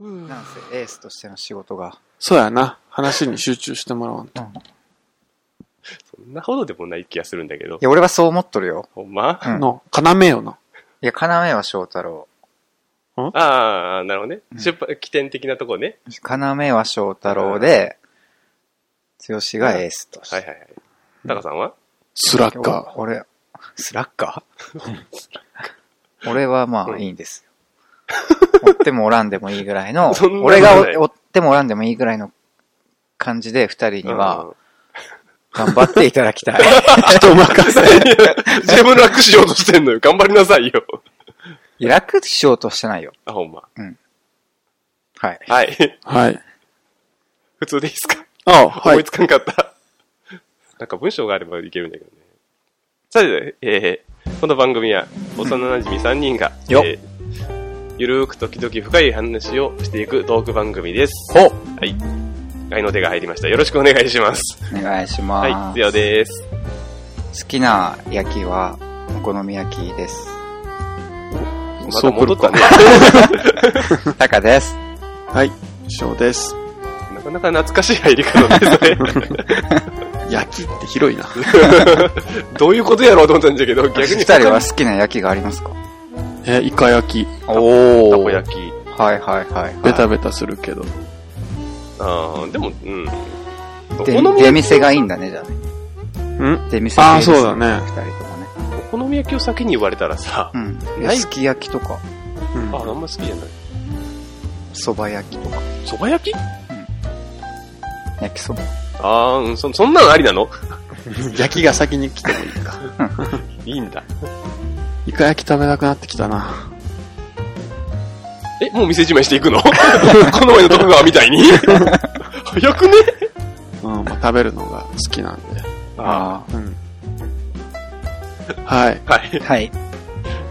うんなんせエースとしての仕事が。そうやな。話に集中してもらわんと。そんなほどでもない気がするんだけどい。や、俺はそう思っとるよ。ほんまうんの、要よな。いや、要は翔太郎。ああ、なるほどねう。ん出発、起点的なとこね。要は翔太郎で、剛がエースとして。はいはいはい。タカさんはスラッガー。俺、俺スラッガー俺はまうあんいいんですよ。追ってもおらんでもいいぐらいの そんな、こ俺とないが追ってもおらんでもいいぐらいの感じで二人には頑張っていただき たい。人任せ。うん 自分楽しようとしてんのよ。頑張りなさいよ。いや楽しようとしてないよ。あ、ほんま。はい。はい。 はい。普通でいいですかあは思いいつ。かんかった。 なんか文章があればいけるんだけどね。さて、えー、この番組は幼馴染3人が、よえーゆるーく時々深い話をしていくトーク番組です。ほはい。愛の手が入りました。よろしくお願いします。お願いします。はい、つやです。好きな焼きは、お好み焼きです。まそたう来戻るったかね。タカです。はい。翔です。なかなか懐かしい入り方ですね。焼きって広いな。どういうことやろうと思ったんだけど、逆に二人は好きな焼きがありますかえ、イカ焼き。おたこ焼き。はいはいはい、はい。ベタベタするけど。ああ、でも、うん。おで好み出焼き、店がいいんだね、じゃあね。ん出店がいいですあーそうだね二人ともね。お好み焼きを先に言われたらさ、うん。いやないすき焼きとか、うんあ、あんま好きじゃない。そば焼きとか、そば焼き焼きそば。ああ、うん、そ、そんなのありなの焼きが先に来てもいいか。 いいんだ。イカ焼き食べたくなってきたな。え、もう店じまいしていくの この前の徳川みたいに早くねうん、 まあ、食べるのが好きなんで。あうん。はい。あ。はい。あ。はい。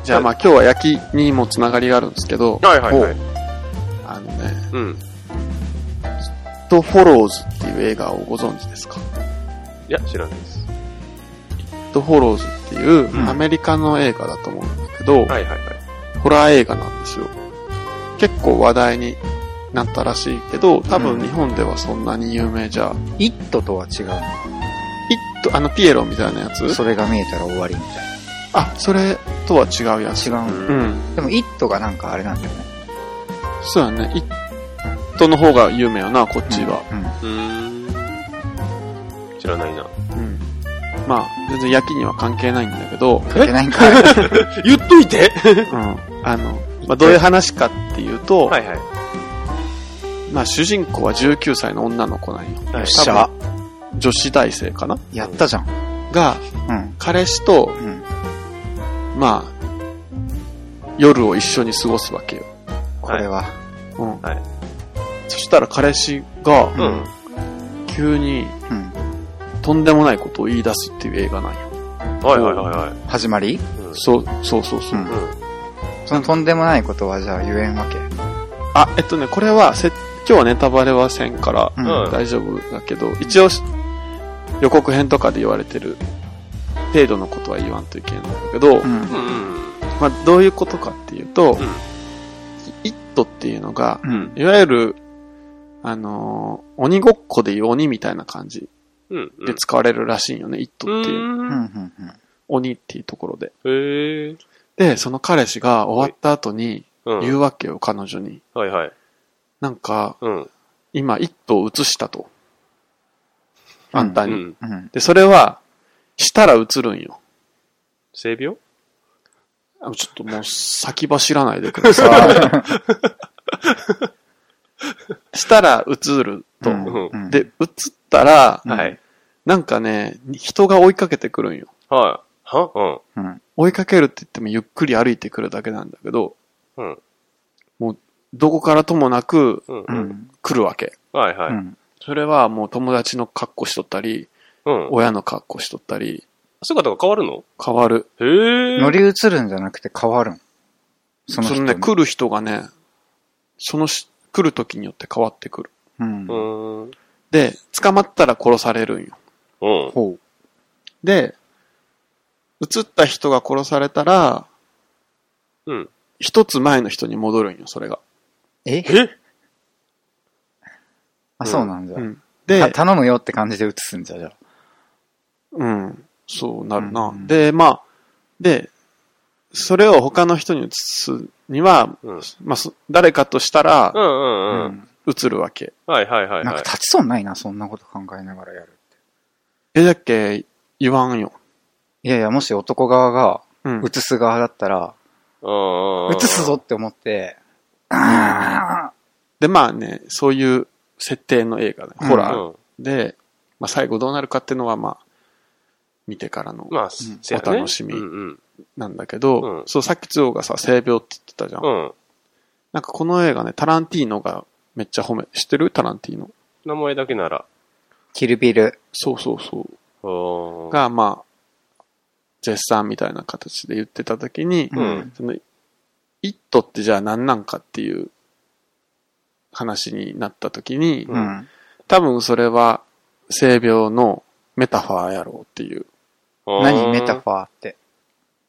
じゃあまあ今日は焼きにもつながりがあるんですけど、はいはいはい。あのね、うん。フットフォローズっていう映画をご存知ですかフいや、知らないです。ットフォローズっていううんアメリカの映画だと思うんだけど、はいはいはい。ホラー映画なんですよ。結構話題になったらしいけど、多うん分日本ではそんなに有名じゃ、イットとは違うイット、あのピエロみたいなやつの。それが見えたら終わりみあ、それとは違うやつ。たいな。違うの。う。うんん。でも、イットがなんかあれなんだよね。そうやね。イットの方が有名やな、こっちは。うん。うーん。知らないな。うん。まあ、全然焼きには関係ないんだけど、関係ないんかい。言っといてうん。あの、まあ、どういう話かっていうと、はいはい。まあ、主人公は19歳の女の子なんよ。よっしゃ多分女子大生かなやったじゃん。が、うん。彼氏と、うん。まあ、夜を一緒に過ごすわけよ。これは。うん。はいそしたら彼氏が、うん。急に、うん。とんでもないことを言い出すっていう映画なんよ。はいはいはいはい。始まりうんそう、そうそうそう。うんうん。そのとんでもないことはじゃあ言えんわけ。あ、えっとね、これは、せ、今日はネタバレはせんから、うんうん大丈夫だけど、一応、予告編とかで言われてる程度のことは言わんといけないんだけうど、ん。うん。まあ、どういうことかっていうと、うんイットっていうのが、うん。いわゆる、あのー鬼ごっこでいう鬼みたいな感じうん。うんで使われるらしいよね、イットっていう、うん。う。うんん。うん。鬼っていうところで。へえ。で、その彼氏が終わった後にうん。言うわけよ、彼女に。はいはい。なんか、うん。今、イットを映したと。うんあんたうに。ん。うん。で、それは、したら映るんよ。性病あちょっともう先走らないでく ださい。したら映ると。うんうんで、映ったら、うんはい。なんかね、人が追いかけてくるんよ。はい。はうん。追いかけるって言ってもゆっくり歩いてくるだけなんだけど、うん。うん。どこからともなくうん。ううん。ん。来るわけ。はいはうい。ん。それはもう友達の格好しとったり、うん。親の格好しとったり、姿が変わるの変わる。へえ。乗り移るんじゃなくて変わるん。そそのの人にね、来る人がね、そのし来る時によって変わってくる。うんう。ーん。で、捕まったら殺されるんよ。うん。ほう。で、映った人が殺されたら、うん。一つ前の人に戻るんよ、それが。ええあ、そうなんじゃ。うん。たで、頼むよって感じで移すんじゃ、じゃあ。うん。そうなるな。うんで、まあ、で、それを他の人に移すには、うんまあ、そ誰かとしたうら、んうんう。うんん移るわけ。はいはいはいなんかはい。立ちそうにないな、そんなこと考えながらやるって。え、だっけ、言わんよ。いやいや、もし男側が、うん。移す側だったら、うんうんうん移すぞって思って、あで、まあね、そういう設定の映画ね、ホうラーん。で、まあ、最後どうなるかっていうのは、まあ、見てからの、まあ、んせやねお楽しみうんうん。なんだけど、うんそう、さっきつおがさ、性病って言ってたじゃん。うん。なんかこの映画ね、タランティーノがめっちゃ褒め、知ってるタランティーノ。名前だけなら。ーキルビル。そうそうそう。おーが、まあ、絶賛みたいな形で言ってた時に、うんその、イットってじゃあ何なんかっていう話になった時に、うん。うん多分それは性病のメタファーやろうっていう。何メタファーって。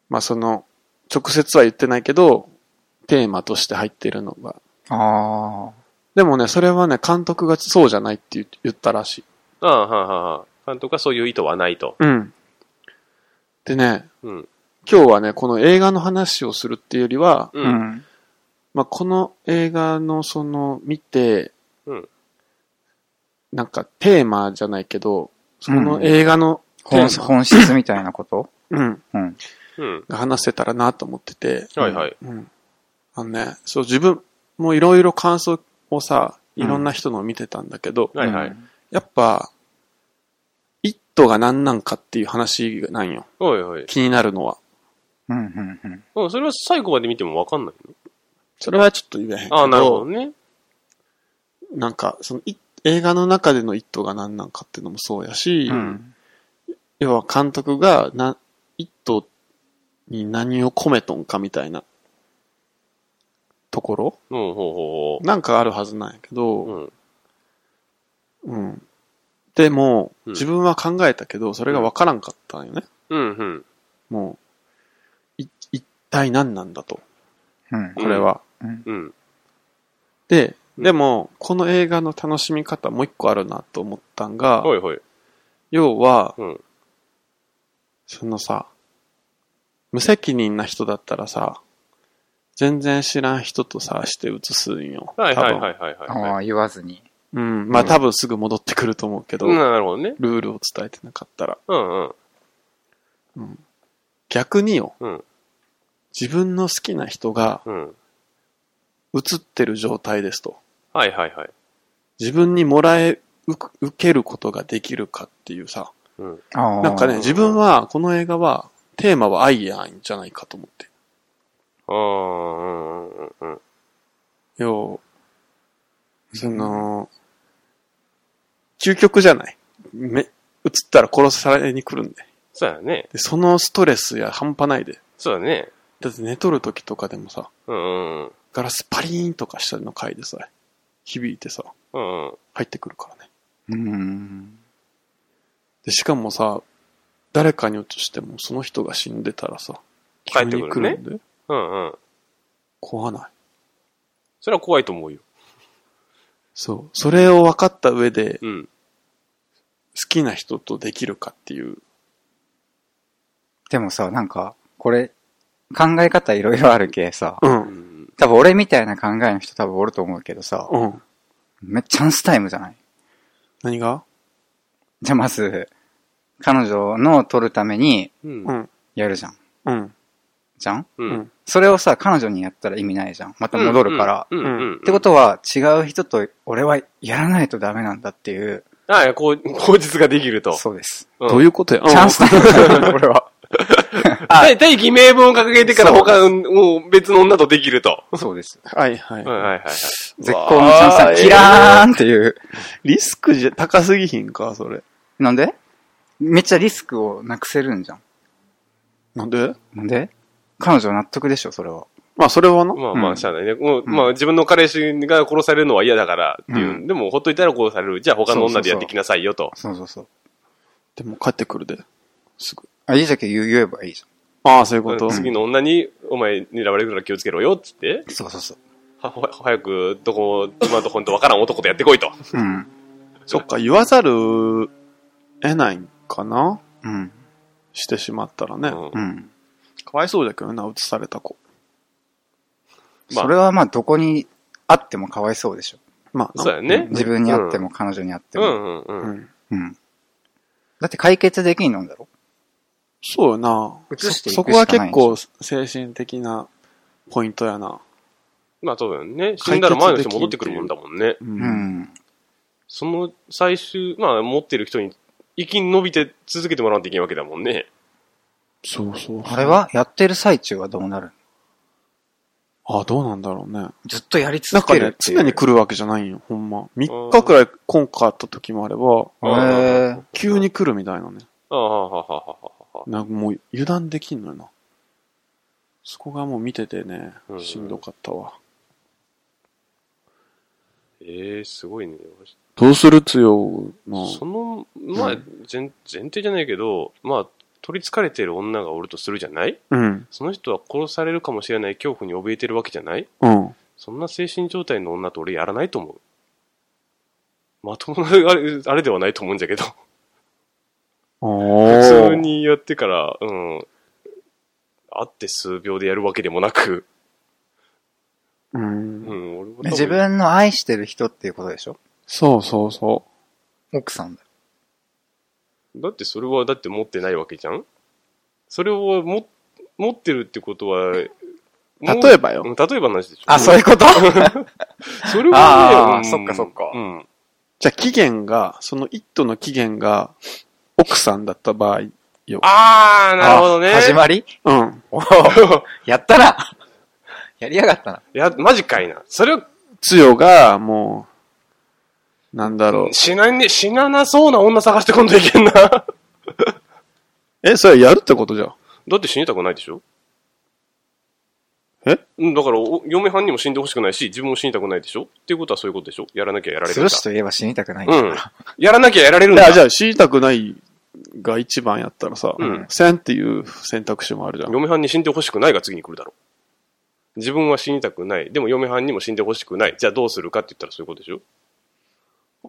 まあその、直接は言ってないけど、テーマとして入ってるのが。あでもね、それはね、監督がそうじゃないって言言ったらしい。ああ、はあはあはあ。監督はそういう意図はないと。うん。でね、うん。今日はね、この映画の話をするっていうよりは、あ。う。うんん。まあこの映画のその、見て、うんなんかテーマじゃないけど、その映画のテ本ーマ、本質みたいなことうん、うん。うん。が話せたらなと思ってて、はいはい。うん。あのね、そう自分もいろいろ感想をさ、いろんな人のを見てたんだけど、はいはうい。んやっぱ、イットが何なんかっていう話なんよ。おいおい。気になるのは。うん、うん、うん。うん、それは最後まで見てもわかんないのそれはちょっと言えへんけど、ああ、なるほどね。なんか、その、い映画の中でのイットが何なんかっていうのもそうやし、うん。要は監督がな、イットに何を込めとんかみたいなところうん、ほうほなんかあるはずなんやけど、うほう。うん。うん。でも、うん自分は考えたけど、それが分からんかったんよね。うん、うん。もう、い、一体何なんだと、うん。これは。うん。うん。で、うんでも、この映画の楽しみ方もう一個あるなと思ったんが、ほいほい。要は、うん。そのさ、無責任な人だったらさ、全然知らん人とさ、して映すんよ。。はいはいはいいはいはいあはあ、言わずに。うん。まあ、うん多分すぐ戻ってくると思うけい。ど、うん、なるほどね。ルールを伝えてなかったら。うんうん。逆によ、うん自分の好きな人がうん。映ってる状態ですと。はいはいはい。自分にもらえ、う受けることができるかっていうさ。うん。ああ。なんかね、自分は、この映画は、テーマは愛やんじゃないかと思って。ああ、うんうんうん。要、その、究極じゃない。め、映ったら殺されに来るんで。そうやね。で、そのストレスや半端ないで。そうやね。だって寝とる時とかでもさ、うんうんうん。ガラスパリーンとかしたの回でさ、響いてさ、うんうん。入ってくるからね。うん。で、しかもさ、誰かに落としても、その人が死んでたらさ、帰ってくるね急にんで。うんうん。怖ない。それは怖いと思うよ。そう。それを分かった上で、好うん。きな人とできるかっていう。でもさ、なんか、これ、考え方いろいろあるけさ。う。うんん。多分俺みたいな考えの人多分おると思うけどさ。うん。めチャンスタイムじゃない何がじゃあまず、彼女のを取るためにうん。ううん。ん。やるじゃん。うん。じゃんうん。それをさ、彼女にやったら意味ないじゃん。また戻るから。うんうんうん。ってことは、違う人と俺はやらないとダメなんだっていう。ああ、こう、 口実ができると。そうです。うんどういうことやチャンスタイムだよ俺は。大大義名分を掲げてからそう他、もう別の女とできると。そうです。うんはいははいい。はいはい。絶好のチャンスタイム。キラーンっていう。リスクじゃ高すぎひんか、それ。なんでめっちゃリスクをなくせるんじゃん。なんでなんで彼女納得でしょ、それは。まあ、それはな。まあうんまあ、しゃあないね。もう、うんまあ自分の彼氏が殺されるのは嫌だからっていう。うでも、ほっといたら殺される。じゃあ他のそうそ女うそうでやってきなさいよと。そうそうそう。でも帰ってくるで。すぐ。あ、いいじゃんけ言言えばいいじゃああ、そういうこと。次の女に、お前狙われるから気をつけろよっつって、ん。そうそうそう。はは早く、どこ、今のとこんとわからん男とやってこいと。うん。そっか、言わざる、得ないんかなうん。してしまったらね。うんうん。かわいそうだけどな、移された子。まあそれはまあ、どこにあってもかわいそうでしょ。まあ、そうだよね。自分にあっても、彼女にあってうん。うも。んうんううん。ん。うん。だって解決できんのんだろそうよな。移そしていくしそかこないは結構精神的なポイントやな。まあ、そうだよね。死んだら前の人戻ってくるもんだもんね。ううんん。その最終、まあ、持ってる人に、生き延びて続けてもらわないといけないわけだもんね。そうそうそうあれはやってる最中はどうなるあ、どうなんだろうね。ずっとやりなん続かけるねっ、ていう。常に来るわけじゃないんよ、ほんま。3日くらい今回あった時もあれば、へー急に来るみたいなね。ああ、はあはあはあはあ。なんかもう油断できんのよな。そこがもう見ててねう、んしんどかったわ。ええすごいね。どうするつよ、の。その前、う前、前提じゃないけど、まあ、取り憑かれてる女がおるとするじゃないうん、その人は殺されるかもしれない恐怖に怯えてるわけじゃないうん。そんな精神状態の女と俺やらないと思う。まともなあれあれではないと思うんだけど。お普通ー。にやってから、うん。会って数秒でやるわけでもなく、う。うんん、俺も多分自分の愛してる人っていうことでしょそうそうそ奥さんだよ。だってそれはだって持ってないわけじゃんそれをも持ってるってことは、例う。例えばよ。うん例えばの話でしょ。あ、そういうことそれはね、あーそっかそっかうん。じゃあ期限が、その一途の期限が、奥さんだった場合よ。あー、なるほどね。始まりうん。おお やったなやりやがったな。いや、マジかいな。それは、つよが、もう、なんだろう。死なね、死ななそうな女探してこんといけんな。 だえ、それやるってことじゃん。って死にたくないでしょえうんだから、お嫁はんにも死んでほしくないし、自分も死にたくないでしょっていうことはそういうことでしょやらなきゃやられるん鶴だ。師といえば死にたくないんうだん。やらなきゃやられるいんだ。や、じゃあ、死にたくないが一番やったらさ、うんせんっていう選択肢もあるじゃん。嫁はんに死んでほしくないが次に来るだろう。自分は死にたくない。でも嫁はんにも死んでほしくない。じゃあどうするかって言ったらそういうことでしょ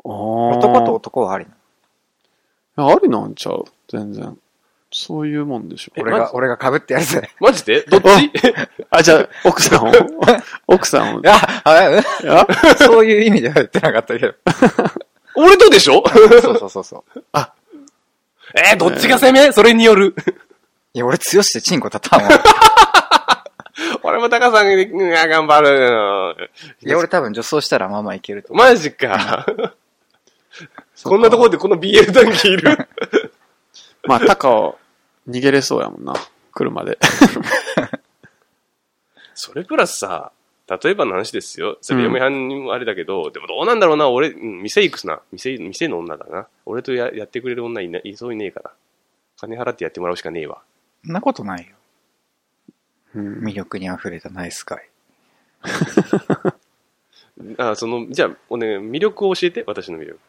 男と男男はありなのと。ありなんちゃう全然。そういうもんでしょ。俺マジが、俺が被ってやるぜ。マジでどっちあ、じゃあ、奥さんを、奥さんを、 あ、あ、うんあそういう意味では言ってなかったけど。俺とでしょそうそうそうそう。えー、どっちが攻めそれによる。 いや、俺強してチンコ立たん わ。俺も高さんに、うんあ頑張る。いや、俺多分女装したらまあまあいけると思マジか。こんなところでこの BL 談義いるまあ、タカを逃げれそうやもんな。車で。 それプラスさ、例えばの話ですよ。そうれん嫁はんにもあれだけど、でもどうなんだろうな、俺、うん店行くな。店、店の女だな。俺とややってくれる女いない、いそういねえから。金払ってやってもらうしかねえわ。う。そんなことないよ。うん魅力に溢れたナイスガイ。あ、その、じゃあ、おね、魅力を教えて、私の魅力。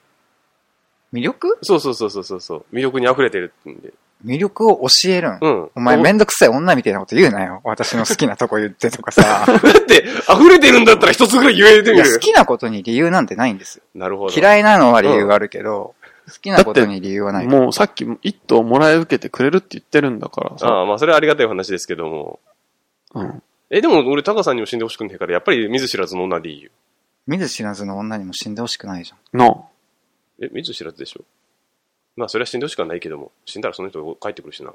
魅力そうそうそうそうそうそう。魅力に溢れてるんで。魅力を教えるん。うん。お前おめんどくさい女みたいなこと言うなよ。私の好きなとこ言ってとか さ。だって、溢れてるんだったら一つぐらい言えていみや、る好きなことに理由なんてないんですよ。なるほど。い。嫌いなのは理由があるけど、好きなことに理由はない。もうさっき、一頭もらい受けてくれるって言ってるんだからさ。ああ、まあ、それはありがたい話ですけども。うん。え、でも俺、タカさんにも死んでほしくないから、やっぱり見ず知らずの女でいいよ。見ず知らずの女にも死んでほしくないじゃん。の、え、見ず知らずでしょまあ、それは死んでほしくはないけども、死んだらその人帰ってくるしな。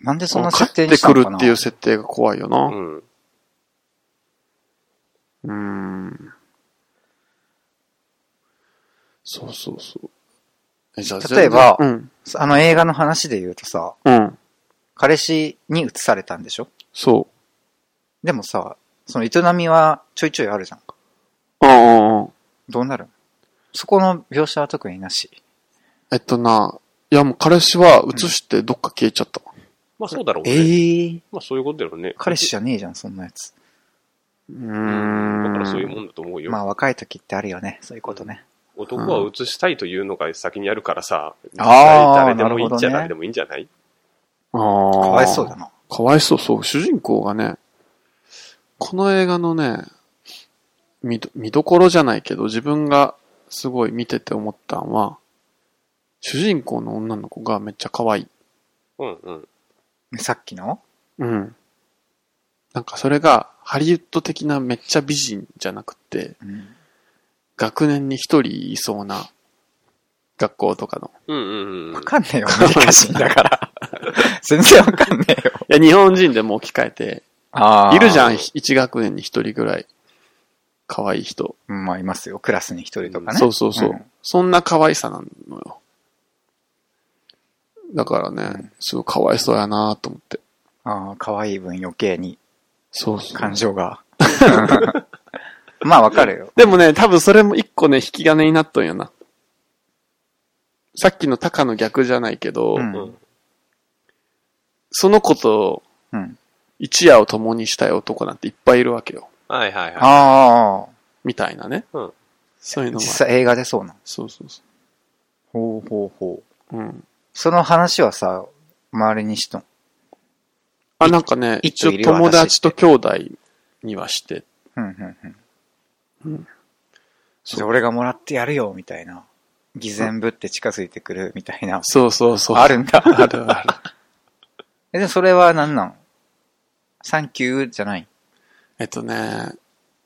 なんでそんな帰設定っにてしたくのるかなっていう設定が怖いような。ん。うん。そうそうそう。えじゃあ例えばうん。あの映画の話で言うとさ、うん。彼氏に移されたんでしょそでもさ、その営みはちょいちょいあるじゃん。う。うんうんうん。どうなるのそこの描写は特になし。えっとな、いやもう彼氏は移してどっか消えちゃった。まあ、そうだろうね。ええまあ、そういうことだろうね。彼氏じゃねえじゃん、そんなやつ。ううーん。ん。だからそういうもんだと思うよ。まあ若い時ってあるよね、そういうことね。男は移したいというのが先にあるからさ、あー誰でもいいんじゃ、なるほどね誰でもいいんじゃないああ。かわいそうだな。かわいそう、そう。主人公がね、この映画のね、見ど、見どころじゃないけど、自分がすごい見てて思ったんは、主人公の女の子がめっちゃ可愛い。うんうん。さっきのうん。なんかそれが、ハリウッド的なめっちゃ美人じゃなくて、うん。学年に一人いそうな、学校とかの。うんうんうんわ。かんねえよ、アメリカ人だから。 全然わかんねえよ。いや、日本人でも置き換えて、あいるじゃん、ん。一学年に一人ぐらい、可愛い人。うんまあ、いますよ。クラスに一人とかね。そうそうそう。うんそんな可愛さなのよ。だからね、すごい可哀想やなと思って。ああ、可愛い分余計にそうそう。感情が。 まあ、わかるよ。でもね、多分それも一個ね、引き金になっとんよな。さっきのタカの逆じゃないけど、うんうんその子とうん。一夜を共にしたい男なんていっぱいいるわけよ。はいはいはい。ああ、みたいなね。うんそういうの実が。際映画でそうなの。そうそうそほうほうほう。う。うん。その話はさ、周りにしとん。あ、なんかね、一途一応いるよ友達と兄弟にはして、うんうんうん。そうじゃあ俺がもらってやるよ、みたいな。偽善ぶって近づいてくる、みたいな。そうそうそう。あるんだ。あるある。え、でもそれは何なんサンキューじゃない。えっとね、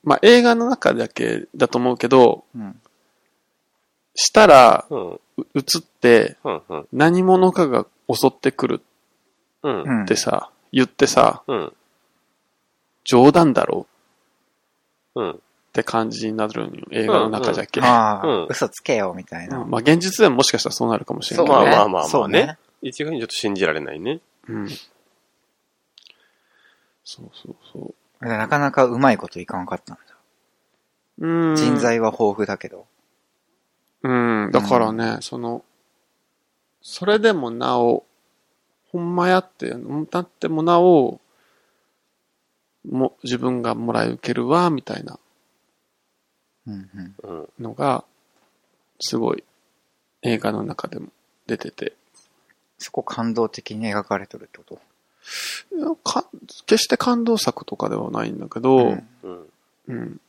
まあ、映画の中だけだと思うけど、うん。したら、うんう映って、うんうん何者かが襲ってくるううんん。ってさ、言ってさ、うん冗談だろううんって感じになるんよ。映画の中じゃけ。ああ、うん嘘つけよ、みたいな。まあ、現実でももしかしたらそうなるかもしれないけど。そうまあまあまあまあねそうね。一概にちょっと信じられないね。うん。そうそうそう。なかなかうまいこといかんかったんだ。うん。人。材は豊富だけど。うん。だからね、その、それでもなお、ほんまやって、だってもなお、も、自分がもらい受けるわ、みたいなうんうん。うん。のが、すごい、映画の中でも出てて。そこ感動的に描かれてるってこといやか決して感動作とかではないんだけど、うんうん。うん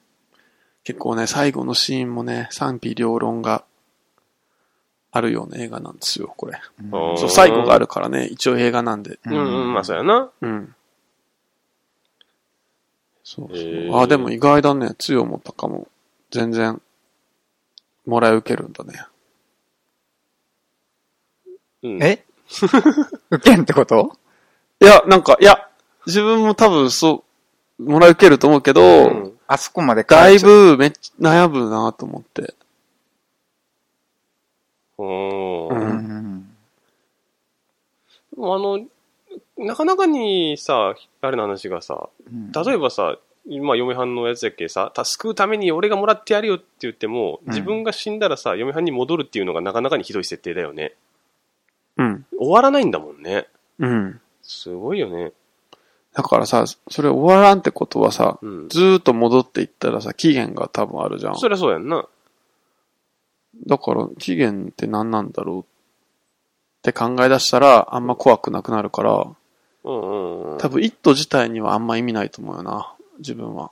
結構ね、最後のシーンもね、賛否両論があるような映画なんですよ、これ。うんおーそう、最後があるからね、一応映画なんで。うんうん、まあそうやな。うん。そうそうへーあ、でも意外だね、つゆ思ったかも。全然、もらい受けるんだね。うん。え 受けんってこといや、なんか、いや、自分も多分そう、もらい受けると思うけうど、んあそこまでだい感情。ぶめっちゃ悩むなと思って。おーうんうんうん。あの、なかなかにさ、あれの話がさ、うん例えばさ、今、嫁はんのやつだっけさ、た救うために俺がもらってやるよって言っても、うん自分が死んだらさ、嫁はんに戻るっていうのがなかなかにひどい設定だよね。うん。終わらないんだもんね。うん。すごいよね。だからさ、それ終わらんってことはさ、うん。ずーっと戻っていったらさ、期限が多分あるじゃん。そりゃそうやんな。だから、期限って何なんだろうって考え出したら、あんま怖くなくなるから、うんうんうん。多分、イット自体にはあんま意味ないと思うよな。自分は。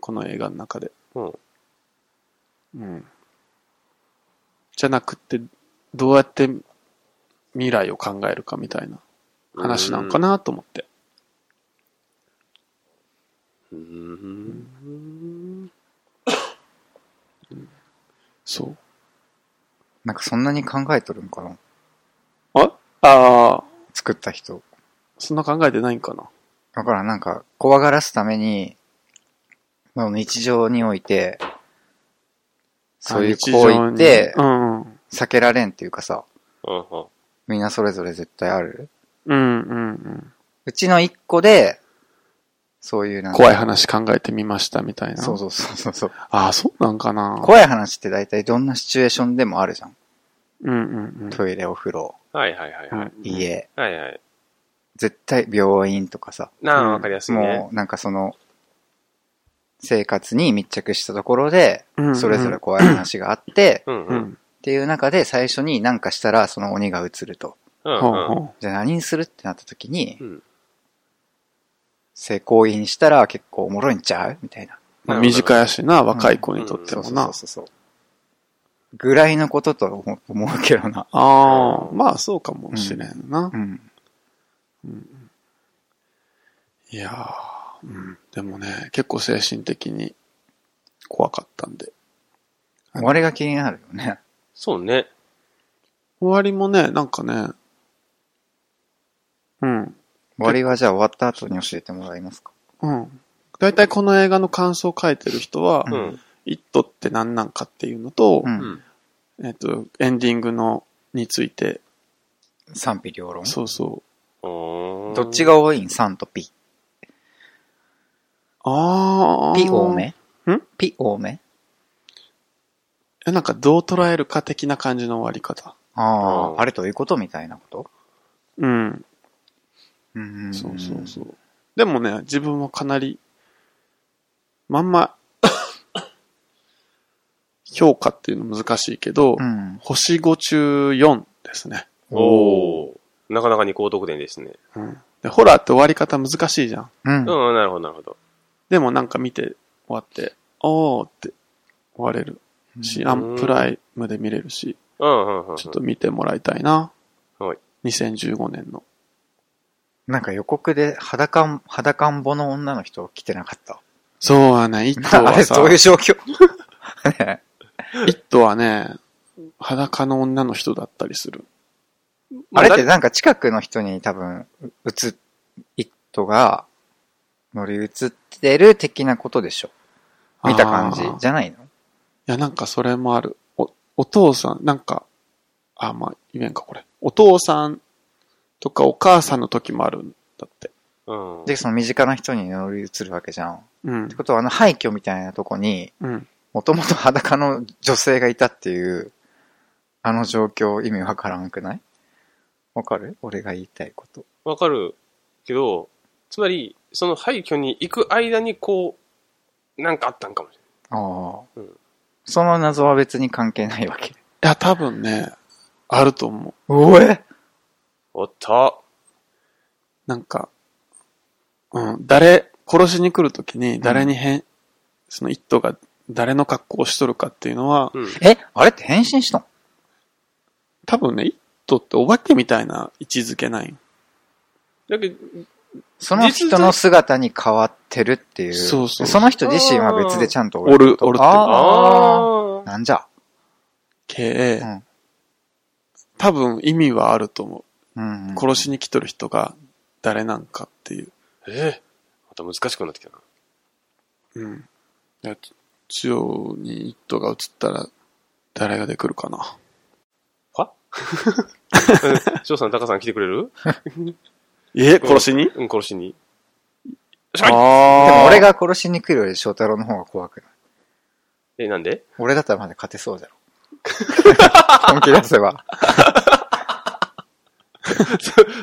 この映画の中で。うん。うん。じゃなくて、どうやって未来を考えるかみたいな話なんかなと思って。うん。そう。なんかそんなに考えとるんかなあああ、作った人。そんな考えてないんかな。だからんなんか、怖がらすために、まあ日常において、そういう行為ってあ日常にうんうん。避けられんっていうかさ、うんうんみんなそれぞれ絶対ある。うんうんうん。うちの一個で、そういうなんか怖い話考えてみましたみたいな。そうそうそうそうそう。ああ、そうなんかな。怖い話って大体どんなシチュエーションでもあるじゃん。うんうんトイレ、お風呂、はいはいはいはい。うん。家、はいはい。絶対病院とかさ、なうんあ、わかりやすいね。もうなんかその、生活に密着したところで、うん。それぞれ怖い話があって、うんう。うんん。っていう中で最初になんかしたらその鬼が映ると。ううんん。う。ほうんほじゃあ何にするってなった時にうん、性行為にしたら結構おもろいんちゃうみたいな。うまあなるほど短いしな、若い子にとってそうもそなう。そうそう。ぐらいのことと思う思うけどな。ああ、まあそうかもしれんな。うん。いやーうん。でもね、結構精神的に怖かったんで。終わりが気になるよ ね。そうね。終わりもね、なんかね、うん。終わりはじゃあ終わった後に教えてもらえますかうん。大体この映画の感想を書いてる人は、ううんん。イットって何なんかっていうのとう、。うんん。えっと、エンディングの、について、賛否両論。そうそう。どどっちが多いん ?3 と P。ああ。 P 多めん ?P 多めえ、なんかどう捉えるか的な感じの終わり方。あうあ、んあれどういうことみたいなことうん。うん。そうそうそう。でもね、自分はかなり、まんま、評価っていうの難しいけど、うん。星5中4ですね。おおー。なかなかに高得点ですね。うん。で、ホラーって終わり方難しいじゃん。うん。うん。うん、なるほど、なるほど。でもなんか見て終わって、おーって終われるし、アンプライムで見れるし、うん、うん、うんうん。ちょっと見てもらいたいな。はい。 2015年の。なんか予告で裸ん、裸んぼの女の人来てなかった。そうはね、一頭 あはれさ、どういう状況ね一頭はね、裸の女の人だったりする。あまあれってなんか近くの人に多分、ううつ、一トが乗り移ってる的なことでしょ。見た感じあーじゃないのいや、なんかそれもある。お、お父さん、なんか、あ、まあ、言えんか、これ。お父さんとかお母さんの時もあるんだって。うん。で、その身近な人に乗り移るわけじゃん。っうんて。ことはあの廃墟みたいなとこに、うん。もともと裸の女性がいたっていう、あの状況意味わからんくないわかる俺が言いたいこと。わかるけど、つまり、その廃墟に行く間にこう、なんかあったんかもしああ、うんその謎は別に関係ないわけ。いや、多分ね、あると思う。おえれない。おっと。なんか、うん、誰、殺しに来るときに、誰に変、その一頭が誰の格好をしとるかっていうのは、うん。えあれって変身したの多分ね、一頭ってお化けみたいな位置づけないだけど、その人の姿に変わってるっていう。そうそうその人自身は別でちゃんとおる、おるっていうのあは、ーああ。なんじゃ。経営、うん多分意味はあると思う。うん。殺しに来とる人が誰なんかっていう。えまた難しくなってきたな。うん。いや、千代に一頭が映ったら誰が出てくるかな。はうん翔さん、タカさん来てくれるえ殺しにうん、殺しに。でああも俺。が殺しに来るより翔太郎の方が怖くない。え、なんで俺だったらまだ勝てそうじゃろ。本気出せば。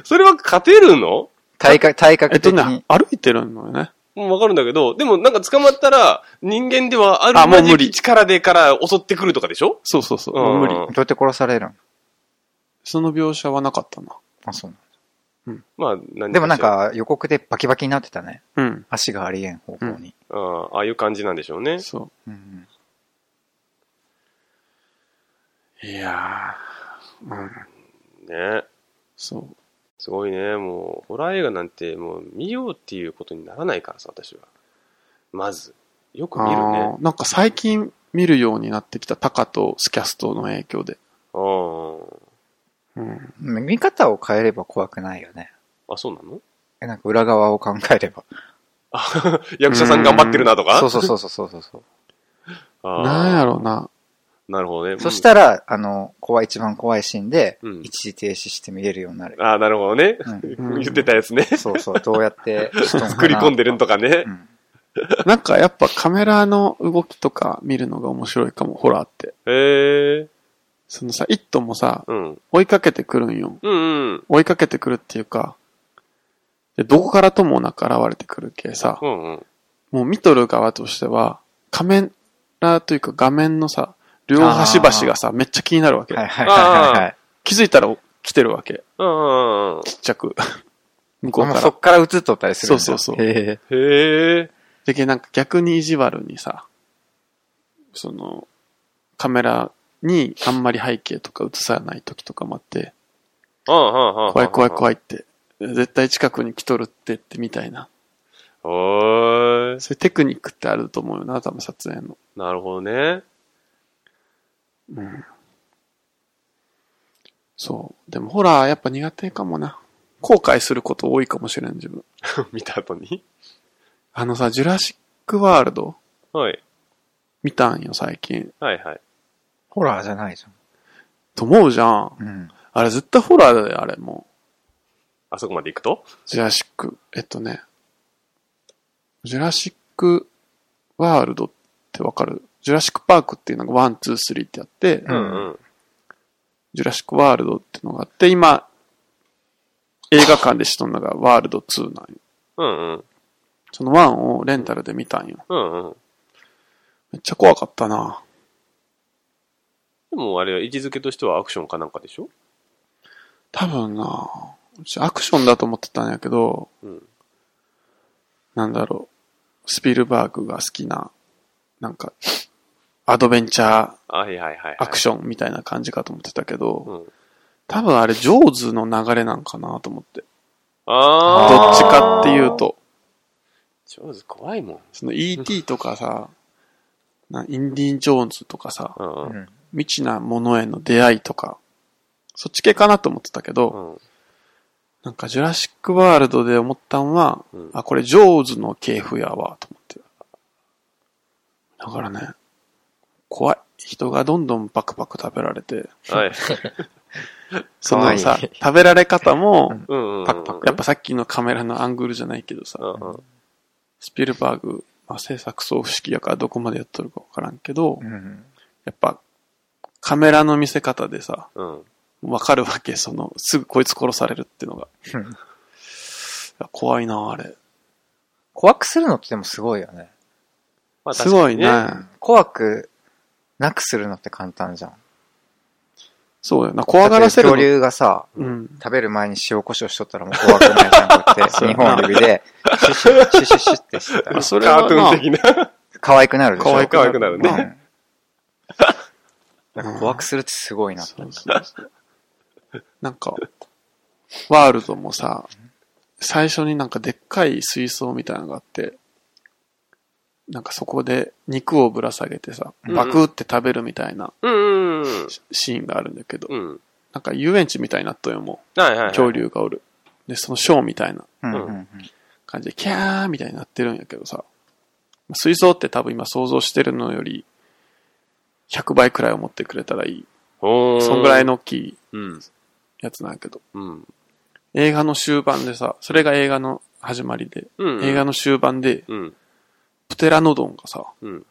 それは勝てるの体格、体 えっ格と的ねに。、歩いてるのよね。もうわかるんだけど、でもなんか捕まったら、人間ではああるもうま無じ理き力でから襲ってくるとかでしょそうそうそう。もう無理。うんどうやって殺されるんその描写はなかったな。あ、そうまあ、何でもなん、か予告でバキバキになってたね。うん。足がありえん方向に。うんああいう感じなんでしょうね。そうんう。いやー。うん。ね。そう。すごいね。もう、ホラー映画なんて、もう、見ようっていうことにならないからさ、私は。まず。よく見るね。あーなんか最近見るようになってきたタカとスキャストの影響で。あうん。見方を変えれば怖くないよね。あ。あ、そうなのえなんか裏側を考えれ ば。あ役者さん頑張ってるなとかそうそうそうそうそうそうそう。あーなんやろうな。なるほどね。そしたら、あの、怖い、一番怖いシーンでうん、一時停止して見れるようになる う。んああ、なるほどね。うん言ってたやつね。そうそう、どうやって人の作り込んでるんとかねう。ん。なんかやっぱカメラの動きとか見るのが面白いかも、ホラーって。へえ。そのさ、イットもさ、うん。追いかけてくるんよ。うんうん。追いかけてくるっていうか、でどこからともなく現れてくるけさう、んうん。もう見とる側としては、カメラというか画面のさ、両端々がさ、めっちゃ気になるわけ。はいはいはいはい。気づいたら来てるわけ。うんうんうん。ちっちゃく。向ここうかもら。そっから映っとったりするんだそうそうそうへえ。へえ。でけなんか逆に意地悪にさ、その、カメラにあんまり背景とか映さない時とかもあって、ああ、ああ、ああ。怖い怖い怖い。いって、絶対近くに来とるってってみたいな。おーい。そういうテクニックってあると思うよな、多分撮影の。なるほどね。 うん。そう。でもホラーやっぱ苦手かもな。後悔すること多いかもしれん、自分。見た後に。あのさ、ジュラシックワールドはい。見たんよ、最近。はいはい。ホラーじゃないじと思うじゃん。ゃん。うん。あれ絶対ホラーだよ、あれもあそこまで行くとう。ジュラシック、えっとね。ジュラシックワールドってわかるジュラシックパークっていうのがワン、ツー、スリーってやって、うんうん。ジュラシックワールドってのがあって、今、映画館でしとんのがワールド2なんよ。うんうん。その1をレンタルで見たんよ。うんうん。めっちゃ怖かったな。でもあれは位置づけとしてはアクションかなんかでしょ多分な、うちアクションだと思ってたんやけど、うん。なんだろう、スピルバーグが好きな、なんか、アドベンチャーはいはいはい。アクシションみたいな感じかと思ってたけど、うん。多分あれ、ジョーズの流れなんかなと思って。どああ。っちかっていう。と、ジョーズ怖いもん。その ET とかさ、なインディーン・ジョーンズとかさ、うんうん。うん未知なものへの出会いとか、そっち系かなと思ってたけど、うん。なんかジュラシックワールドで思ったんは、うんあ、これジョーズの系譜やわ、と思って。だからね、怖い。人がどんどんパクパク食べられて、はい。そかわのいいさ、食べられ方も、 うんうん。パクパク。やっぱさっきのカメラのアングルじゃないけどさ、うんうん。スピルバーグ、まあ、制作総不思議やからどこまでやっとるかわからんけど、うん。やっぱ、カメラの見せ方でさ、うん。わかるわけ、その、すぐこいつ殺されるってのが。いや怖いな、あれ。怖くするのってでもすごいよね。まあすごい。確かにね。怖くなくするのって簡単じゃん。そうやな。怖がらせるの恐竜がさ、うん。食べる前に塩コショウしとったらもう怖くないじゃん、こうやっそて。う日や本な指で、シュシュシュシュシュってしてたら、それカはートゥーン的な。可愛くなるでしょ。可愛可愛くなるうね。ん。だから怖くするってすごいなって。そうそうそう。なんか、ワールドもさ、最初になんかでっかい水槽みたいなのがあって、なんかそこで肉をぶら下げてさ、うんバクって食べるみたいなうんうんうん。シーンがあるんだけど、うん。なんか遊園地みたいになっとんよ、もはいはいはう。い。恐竜がおる。で、そのショーみたいなうんうんう。うん感じで、キャーみたいになってるんやけどさ、水槽って多分今想像してるのより、100倍くらい思ってくれたらいい。おー。そんぐらいの大きいうん。やつなんやけど。うん。映画の終盤でさ、それが映画の始まりで、うん。映画の終盤で、うん。プテラノドンがさ、うん。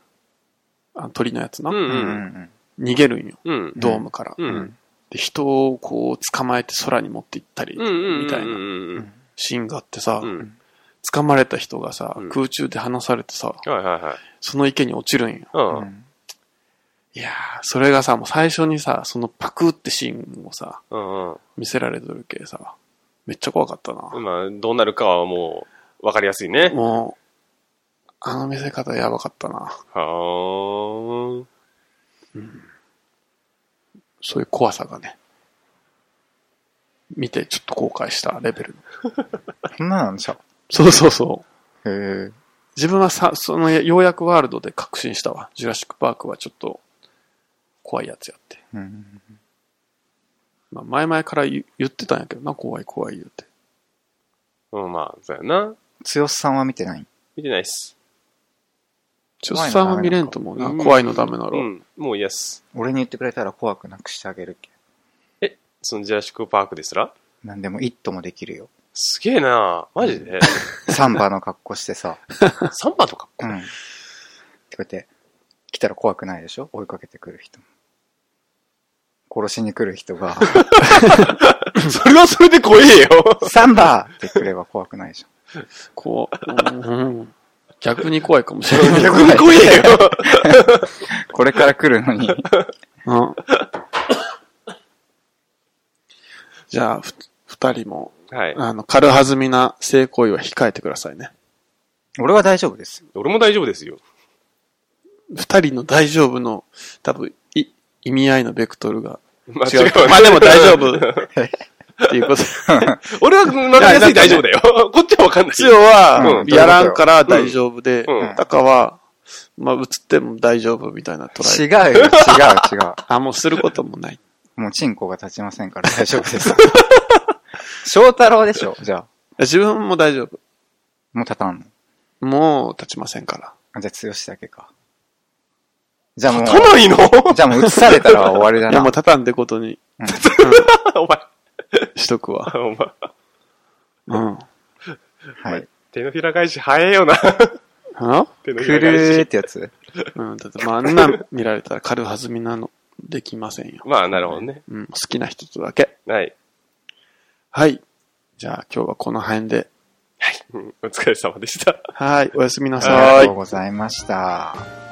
あの鳥のやつな、うんううん。うんん逃げるんよ、うん。ドームから。うん。で、人をこう捕まえて空に持って行ったり、うんうん。みたいうんなうんうん。シーンがあってさ、うん。捕まれた人がさうん、空中で離されてさ、はいはいはい。その池に落ちるんよ。うんううん。ん。いやー、それがさ、もう最初にさ、そのパクってシーンをさ、うんうん。見せられてるけさ、めっちゃ怖かったな。まあ、どうなるかはもう、わかりやすいね。もう、あの見せ方やばかったな。はーん。そういう怖さがね。見て、ちょっと後悔したレベル。そんななんでしょ。そうそうそう。へー自分はさ、その、ようやくワールドで確信したわ。ジュラシックパークはちょっと、怖いやつやって。うん。まあ、前々から言言ってたんやけどな、怖い怖い言うて。うん、まあ、そうやな。強さんは見てない見てないっす。ちょっとさんは見れんと思うな。怖いのダメなうろ。ん。もう嫌っす。俺に言ってくれたら怖くなくしてあげるけ。そのジュラシックパークですらなんでもイットもできるよ。すげえなマジでサンバの格好してさ。サンバとかうん。ってこうやって、来たら怖くないでしょ追いかけてくる人も。殺しに来る人 が、それはそれで怖えよサンバーってくれば怖くないでしょ。こう、うん逆に怖いかもしれない。 逆に怖えよこれから来るのに。うん。じゃあ、ふ二人も、はい。 あの、軽はずみな性行為は控えてくださいね。俺は大丈夫です。俺も大丈夫ですよ。二人の大丈夫の、多分、い、意味合いのベクトルがま違う。まあでも大丈夫。っていうこと。 俺は分かりやすい大丈夫だよ。こっちは分かんない。強は、うんやらんから大丈夫でうんうん、タカは、まあ映っても大丈夫みたいなトラ違イ。うよ、違う、違う。あ、もうすることもない。もうチンコが立ちませんから大丈夫です。翔太郎でしょじゃあ。自分も大丈夫。もう立たんのもう立ちませんから。あじゃあ、強しだけか。じゃあも来ないのう、じゃあもう映されたら終わりだいや、もうな。畳んでことにおしとくわ。前、お前、うん。はい。手のひら返し早えよな。は手のくひら返るーっしてやつうん。だって、まあ、あんなん見られたら軽はずみなの、できませんよ。まあ、なるほどね。うん。好きな人とだけ。はい。はい。じゃあ今日はこの辺で。うんお疲れ様でした。はい。おやすみなあさりがいとう。ございました。